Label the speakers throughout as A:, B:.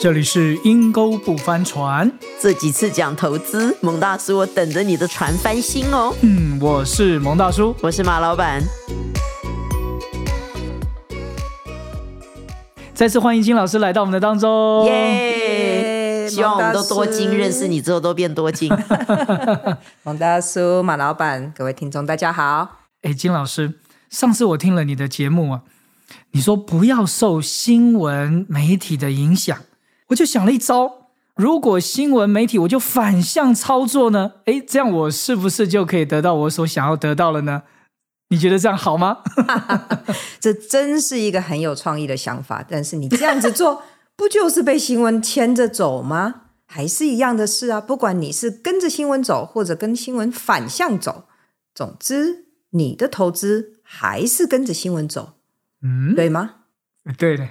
A: 这里是阴沟不翻船。
B: 这几次讲投资，蒙大叔，我等着你的船翻新哦。
A: 嗯，我是蒙大叔。
B: 我是马老板，
A: 再次欢迎金老师来到我们的当中。
B: 耶！希望我们都多金，
C: 蒙大师
B: 认识你之后都变多金。
C: 蒙大叔、马老板，各位听众，大家好。
A: 哎，金老师，上次我听了你的节目啊，你说不要受新闻媒体的影响，我就想了一招，如果新闻媒体我就反向操作呢，哎，这样我是不是就可以得到我所想要得到了呢？你觉得这样好吗？
C: 这真是一个很有创意的想法，但是你这样子做，不就是被新闻牵着走吗？还是一样的事啊，不管你是跟着新闻走，或者跟新闻反向走，总之你的投资还是跟着新闻走，
A: 嗯，
C: 对吗？
A: 对的，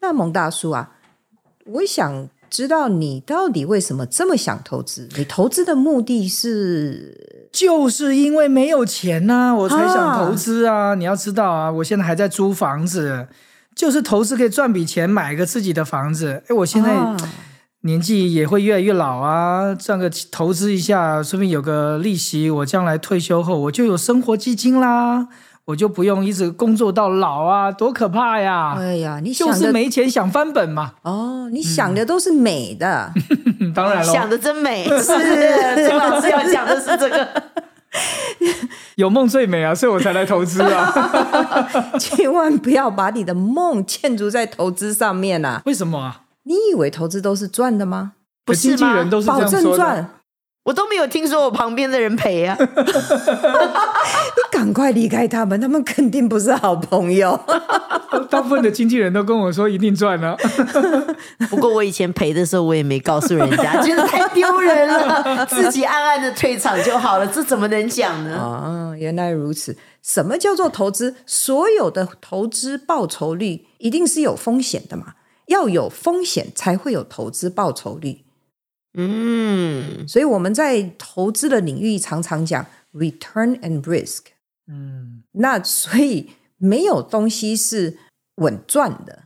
C: 那蒙大叔啊，我想知道你到底为什么这么想投资？你投资的目的是
A: 就是因为没有钱呐、我才想投资啊！你要知道啊，我现在还在租房子，就是投资可以赚笔钱，买个自己的房子。哎，我现在
C: 啊
A: 年纪也会越来越老啊，赚个投资一下，说不定有个利息，我将来退休后我就有生活基金啦，我就不用一直工作到老啊，多可怕呀！
C: 哎呀，你想
A: 就
C: 的、
A: 是没钱想翻本嘛，
C: 哦，你想的都是美 的，
A: 嗯当然
B: 想
A: 喽，
B: 的真美，是朱老师要讲的是这个。
A: 有梦最美啊，所以我才来投资啊。
C: 千万不要把你的梦建筑在投资上面呐、啊！
A: 为什么啊？
C: 你以为投资都是赚的吗？
B: 不是吗
A: 经纪人都是这
C: 保
A: 样
C: 证
A: 说的。
C: 赚，
B: 我都没有听说我旁边的人陪啊，
C: 你赶快离开他们，他们肯定不是好朋友。
A: 大部分的经纪人都跟我说一定赚啊了、
B: 不过我以前陪的时候，我也没告诉人家，觉得太丢人了，自己暗暗的退场就好了，这怎么能讲呢？
C: 啊，原来如此。什么叫做投资？所有的投资报酬率一定是有风险的嘛，要有风险才会有投资报酬率。
B: 嗯，
C: 所以我们在投资的领域常常讲 return and risk。
A: 嗯，
C: 那所以没有东西是稳赚的。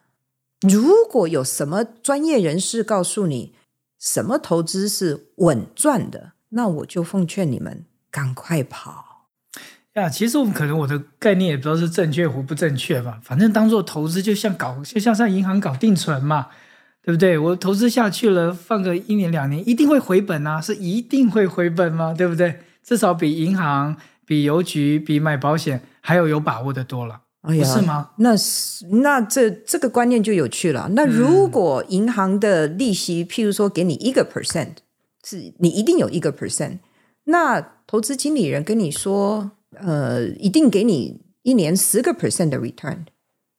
C: 如果有什么专业人士告诉你什么投资是稳赚的，那我就奉劝你们赶快跑。
A: 呀，其实我们可能我的概念也不知道是正确或不正确吧，反正当做投资，就像搞，就像上银行搞定存嘛，对不对？我投资下去了，放个一年两年，一定会回本啊，是一定会回本嘛，对不对？至少比银行、比邮局、比买保险还要有把握的多了，
C: 哎
A: 不是吗？
C: 那是那这这个观念就有趣了。那如果银行的利息，譬如说给你一个 percent，是你一定有一个 percent。那投资经理人跟你说，呃，一定给你一年十个 percent 的 return。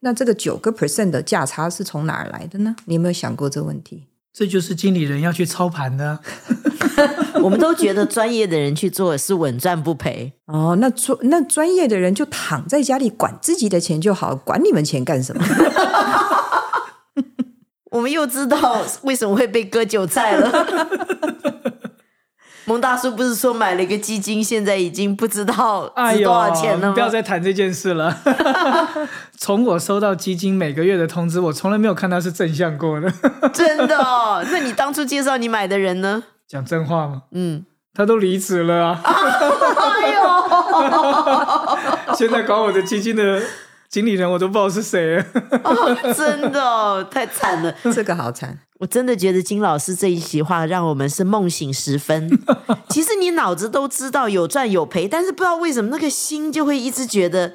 C: 那这个九个 percent 的价差是从哪儿来的呢？你有没有想过这个问题？
A: 这就是经理人要去操盘的啊。
B: 我们都觉得专业的人去做是稳赚不赔，
C: 哦，那专那专业的人就躺在家里管自己的钱就好，管你们钱干什么？
B: 我们又知 道为什么会被割韭菜了。蒙大叔不是说买了一个基金，现在已经不知道
A: 哎
B: 值
A: 呦，
B: 多少钱了吗？
A: 不要再谈这件事了。 从我收到基金每个月的通知，我从来没有看它是正向过的。
B: 真的哦，那你当初介绍你买的人呢？
A: 讲真话吗？
B: 嗯，
A: 他都离职了 啊！
B: 哎呦，
A: 现在管我的基金的经理人，我都不知道是谁 了。
B: 真的哦，太惨了。
C: 这个好惨。
B: 我真的觉得金老师这一席话让我们是梦醒时 分。其实你脑子都知道有赚有赔，但是不知道为什么那个心就会一直觉得，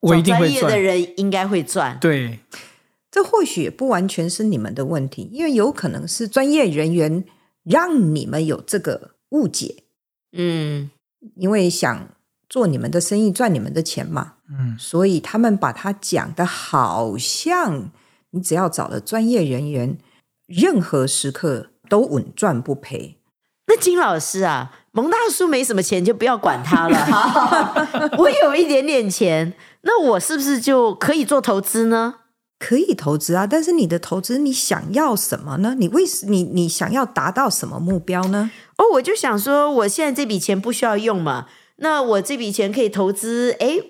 A: 我一定会
B: 专业的
A: 赚。
B: 人应该会赚。
A: 对，
C: 这或许也不完全是你们的问题，因为有可能是专业人员让你们有这个误解，
B: 嗯，
C: 因为想做你们的生意赚你们的钱嘛，
A: 嗯，
C: 所以他们把它讲的好像你只要找了专业人员，任何时刻都稳赚不赔。
B: 那金老师啊，蒙大叔没什么钱就不要管他了。哈 我有一点点钱，那我是不是就可以做投资呢？
C: 可以投资啊，但是你的投资你想要什么呢？你为你你想要达到什么目标呢？
B: 哦，我就想说，我现在这笔钱不需要用嘛，那我这笔钱可以投资，诶，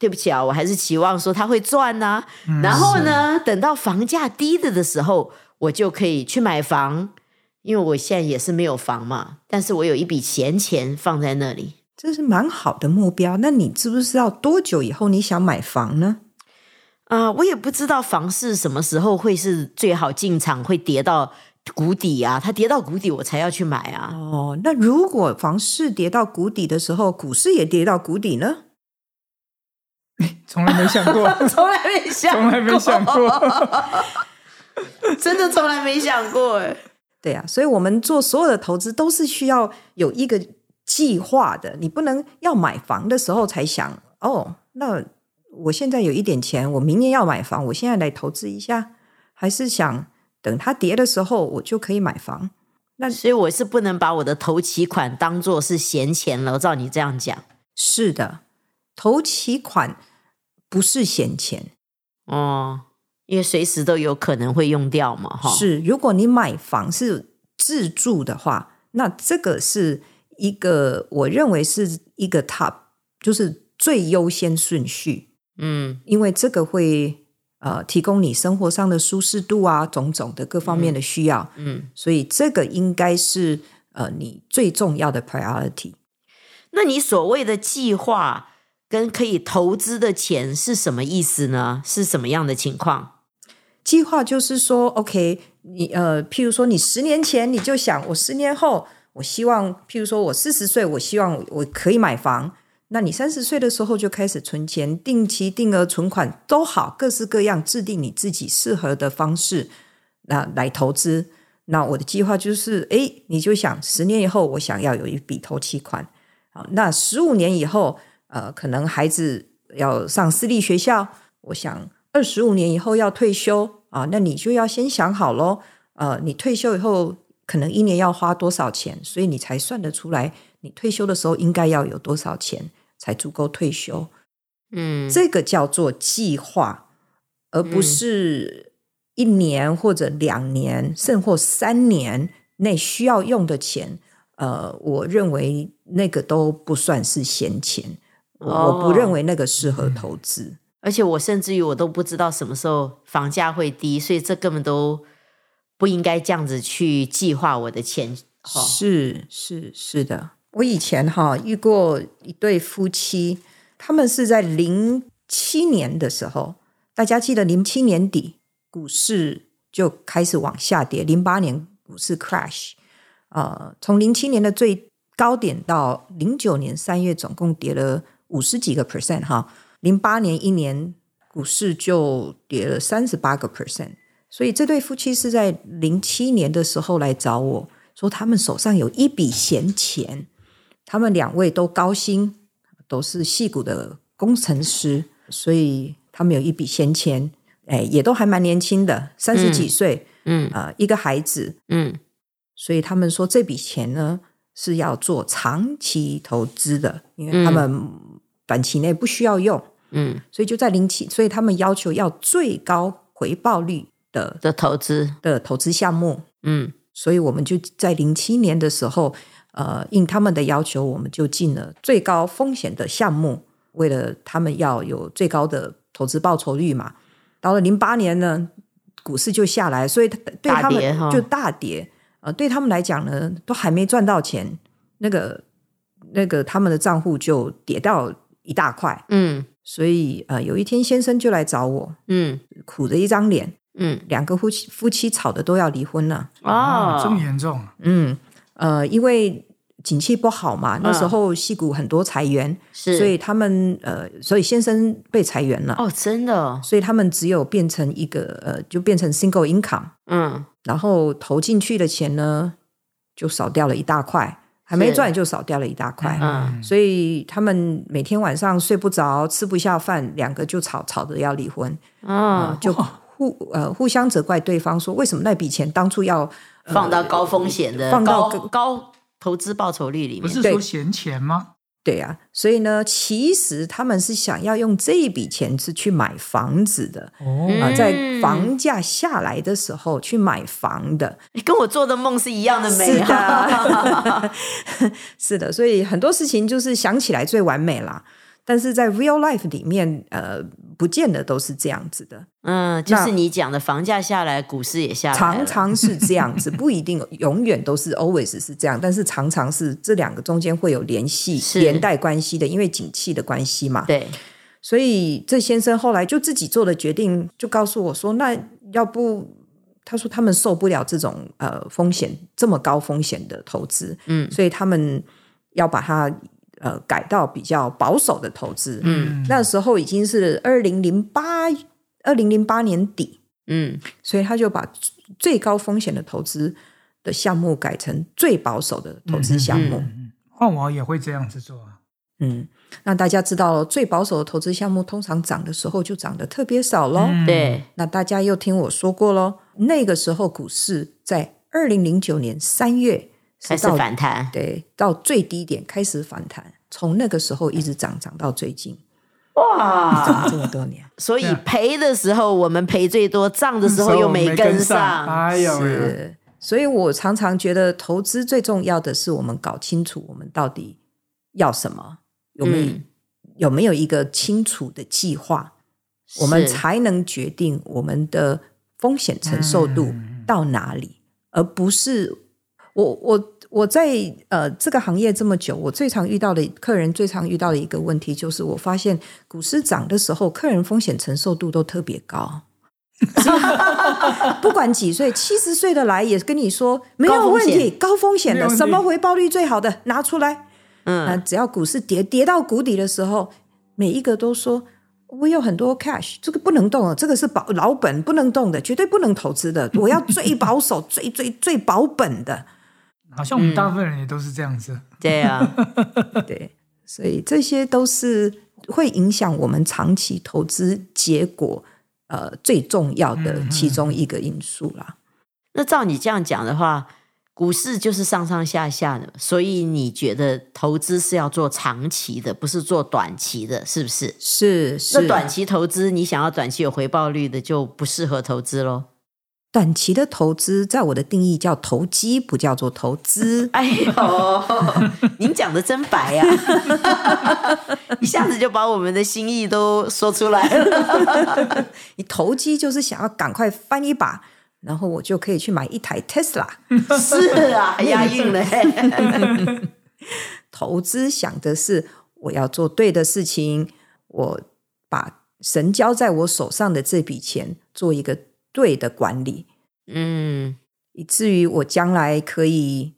B: 对不起啊，我还是期望说它会赚呐、然后呢，等到房价低的的时候，我就可以去买房，因为我现在也是没有房嘛，但是我有一笔闲钱放在那里。
C: 这是蛮好的目标。那你知不知道多久以后你想买房呢？
B: 啊、我也不知道房市什么时候会是最好进场，会跌到谷底啊！它跌到谷底，我才要去买啊！
C: 哦，那如果房市跌到谷底的时候，股市也跌到谷底呢？
A: 从来没想过，
B: 从来 没想
A: 从来没想 过。
B: 真的从来没想过哎。
C: 对啊，所以我们做所有的投资都是需要有一个计划的，你不能要买房的时候才想哦，那我现在有一点钱，我明年要买房，我现在来投资一下，还是想等它跌的时候我就可以买房？
B: 所以我是不能把我的头期款当做是闲钱了。照你这样讲，
C: 是的，投期款不是闲钱，
B: 哦，因为随时都有可能会用掉嘛，哈。
C: 是，如果你买房是自住的话，那这个是一个我认为是一个 top，就是最优先顺序，
B: 嗯
C: 因为这个会呃提供你生活上的舒适度啊，种种的各方面的需要，
B: 嗯。
C: 所以这个应该是呃你最重要的 priority。
B: 那你所谓的计划跟可以投资的钱是什么意思呢？是什么样的情况？
C: 计划就是说，OK，你呃，譬如说你十年前你就想，我十年后，我希望，譬如说我四十岁，我希望我我可以买房。那你三十岁的时候就开始存钱，定期定额存款都好，各式各样，制定你自己适合的方式，那、来投资。那我的计划就是，诶，你就想十年以后，我想要有一笔投期款。好，那十五年以后，呃，可能孩子要上私立学校，我想二十五年以后要退休啊，那你就要先想好喽。呃，你退休以后可能一年要花多少钱，所以你才算得出来，你退休的时候应该要有多少钱才足够退休。
B: 嗯，
C: 这个叫做计划，而不是一年或者两年，甚或三年内需要用的钱。呃，我认为那个都不算是闲钱，我我
B: 哦
C: 不认为那个适合投资。
B: 而且我甚至于我都不知道什么时候房价会低，所以这根本都不应该这样子去计划我的钱。哈、
C: 是是是的，我以前哈遇过一对夫妻，他们是在零七年的时候，大家记得零七年底股市就开始往下跌，零八年股市 crash，呃，从零七年的最高点到零九年三月，总共跌了五十几个 percent 哈，零八年一年股市就跌了三十八个 percent。所以这对夫妻是在零七年的时候来找我说，他们手上有一笔闲钱，他们两位都高薪，都是戏骨的工程师，所以他们有一笔闲钱，哎，也都还蛮年轻的，三十几岁，
B: 嗯
C: 啊、一个孩子，
B: 嗯
C: 所以他们说这笔钱呢是要做长期投资的，因为他们短期内不需要用，
B: 嗯
C: 所以就在零七，所呃以他们要求要最高回报率的
B: 的投资，
C: 的投资项目，
B: 嗯
C: 所以我们就在零七年的时候，呃，应他们的要求，我们就进了最高风险的项目，为了他们要有最高的投资报酬率嘛。到了零八年呢，股市就下来，所以对他
B: 大跌哈
C: 们就大跌。呃，对他们来讲呢，都还没赚到钱，那个那个他们的账户就跌到一大块。
B: 嗯
C: 所以呃，有一天先生就来找我，
B: 嗯
C: 苦着一张脸，
B: 嗯，
C: 两个夫妻夫妻吵得都要离婚了。
A: 啊，这么
B: 哦，
A: 严重啊，
C: 嗯，呃，因为景气不好嘛，那时
B: 嗯
C: 候戏股很多裁员，
B: 是，
C: 所以他们呃，所以先生被裁员了，
B: 哦，真的哦，
C: 所以他们只有变成一个呃，就变成 single income，
B: 嗯
C: 然后投进去的钱呢，就少掉了一大块，还没
B: 是
C: 赚就少掉了一大块。
B: 嗯
C: 所以他们每天晚上睡不着，吃不下饭，两个就吵吵着要离婚。啊，
B: 哦，
C: 就互呃互相责怪对方，说为什么那笔钱当初要
B: 放到高风险的
C: 嗯放到
B: 高高投资报酬率里
A: 不
B: 面，
A: 是说闲钱吗？
C: 对啊，所以呢，其实他们是想要用这一笔钱是去买房子的
A: 哦，
C: 啊、
B: 嗯
C: 在房价下来的时候去买房的，
B: 你跟我做的梦是一样的美
C: 是
B: 啊！
C: 的，是的，所以很多事情就是想起来最完美啦，但是在 real life 里面，呃，不见得都是这样子的，
B: 嗯，就是
C: 那
B: 你讲的，房价下来，股市也下来了
C: 常常是这样 子，不一定永远都是 always 是这样，但是常常是这两个中间会有联系、
B: 是
C: 连带关系的，因为景气的关系嘛。
B: 对，
C: 所以这先生后来就自己做了决定，就告诉我说：“那要不，他说他们受不了这种呃风险这么高风险的投资，
B: 嗯
C: 所以他们要把它呃改到比较保守的投资。”
B: 嗯
C: 那时候已经是二零零八二零零八年底，
B: 嗯
C: 所以他就把最高风险的投资的项目改成最保守的投资项目。
A: 嗯，换我也会这样子做啊。
C: 嗯，那大家知道，最保守的投资项目通常涨的时候就涨得特别少喽。
A: 嗯
B: 对，
C: 那大家又听我说过喽，那个时候股市在二零零九年三月
B: 开
C: 是
B: 始
C: 到
B: 反弹，
C: 对到最低点开始反弹，从那个时候一直涨涨到最近，
B: 哇！
C: 这么 多年。
B: 所以
A: 对
B: 赔的时候我们赔最多，涨的时候又没跟上，啊
A: 哎呦喂，
C: 是，所以我常常觉得投资最重要的是我们搞清楚我们到底要什么，有没有、
B: 嗯
C: 有没有一个清楚的计划，我们
B: 是
C: 才能决定我们的风险承受度到哪里，而不是我我。我在呃这个行业这么久，我最常遇到的客人最常遇到的一个问题就是，我发现股市涨的时候，客人风险承受度都特别高。 不管几岁，七十岁的来也跟你说没有问题，高风险
A: 没有
C: 的，
A: 问题
C: 什么回报率最好的拿出来。那
B: 嗯，
C: 只要股市跌跌到谷底的时候，每一个都说我有很多 cash，这个不能动的，这个是保老本不能动的，绝对不能投 资的，我要最保守、最最最保本的。
A: 好像我
B: 嗯
A: 们大部分人也都是这样子。
B: 对 啊，
C: 对，所以这些都是会影响我们长期投资结果呃最重要
A: 嗯
C: 的其中一个因素啦。
B: 那照你这样讲的话，股市就是上上下下的，所以你觉得投资是要做长期的，不是做短期的，是不是？
C: 是是，
B: 那短期投资，你想要短期有回报率的，就不适合投资喽。。
C: 短期的投资，在我的定义叫投机，不叫做投资
B: 哎呦， 您讲的真白呀、 一下子就把我们的心意都说出来 了。
C: 你投机就是想要赶快翻一把，然后我就可以去买一台 Tesla。
B: 是啊，还押韵嘞。
C: 投资想的是我要做对的事情，我把神交在我手上的这笔钱做一个对的管理，
B: 嗯，
C: 以至于我将来可以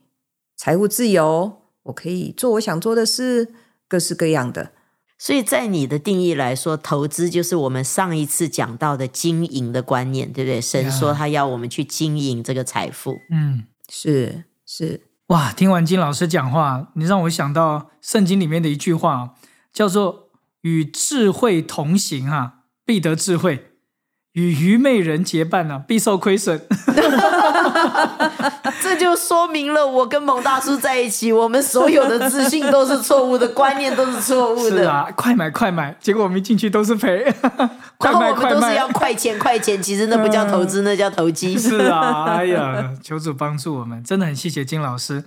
C: 财务自由，我可以做我想做的事，各式各样的。
B: 所以在你的定义来说，投资就是我们上一次讲到的经营的观念，对不对？神
A: Yeah
B: 说他要我们去经营这个财富。
A: 嗯，
C: 是是，
A: 哇，听完金老师讲话，你让我想到圣经里面的一句话，叫做“与智慧同行、啊，必得智慧；与愚昧人结伴啊，必受亏 损。
B: 这就说明了我跟蒙大叔在一起，我们所有的资讯都是错误的，观念都是错”误
A: 是
B: 的。
A: 啊，快买快买，结果我们一进去都是赔， 快
B: 然后
A: 卖
B: 我们
A: 快
B: 都是要
A: 卖。嗯
B: 快钱快钱，其实那不叫投资，那叫 投机。
A: 是啊，哎呀，求主帮助我们，真的很谢谢金老师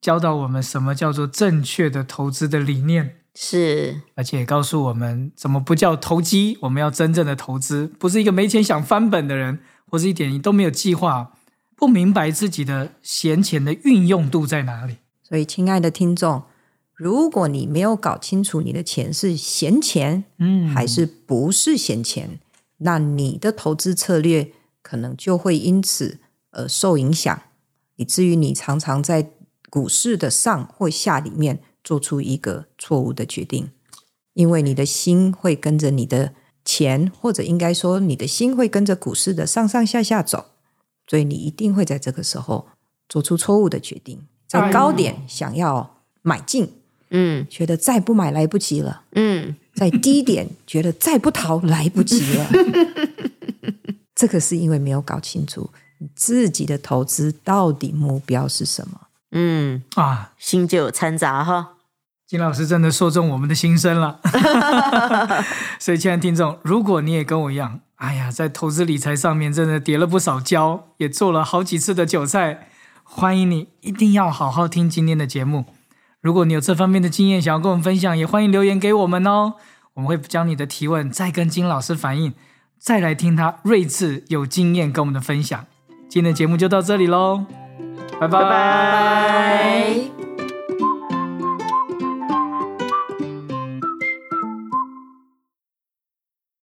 A: 教导我们什么叫做正确的投资的理念。
B: 是
A: 而且也告诉我们怎么不叫投机，我们要真正的投资，不是一个没钱想翻本的人，或是一点都没有计划，不明白自己的闲钱的运用度在哪里。
C: 所以亲爱的听众，如果你没有搞清楚你的钱是闲钱
A: 嗯
C: 还是不是闲钱，那你的投资策略可能就会因此而受影响，以至于你常常在股市的上或下里面做出一个错误的决定，因为你的心会跟着你的钱，或者应该说你的心会跟着股市的上上下下走，所以你一定会在这个时候做出错误的决定，在高点想要买进，
B: 哎嗯
C: 觉得再不买来不及了。
B: 嗯，
C: 在低点觉得再不逃来不 及了。这个是因为没有搞清楚你自己的投资到底目标是什么。
B: 嗯，
A: 啊，
B: 心就有掺杂哈。
A: 金老师真的说中我们的心声了。 所以，亲爱的听众，如果你也跟我一样，哎呀，在投资理财上面真的跌了不少跤，也做了好几次的韭菜，欢迎你一定要好好听今天的节目。如果你有这方面的经验想要跟我们分享，也欢迎留言给我们哦。我们会将你的提问再跟金老师反映，再来听他睿智有经验跟我们的分享。今天的节目就到这里喽，拜
B: 拜拜。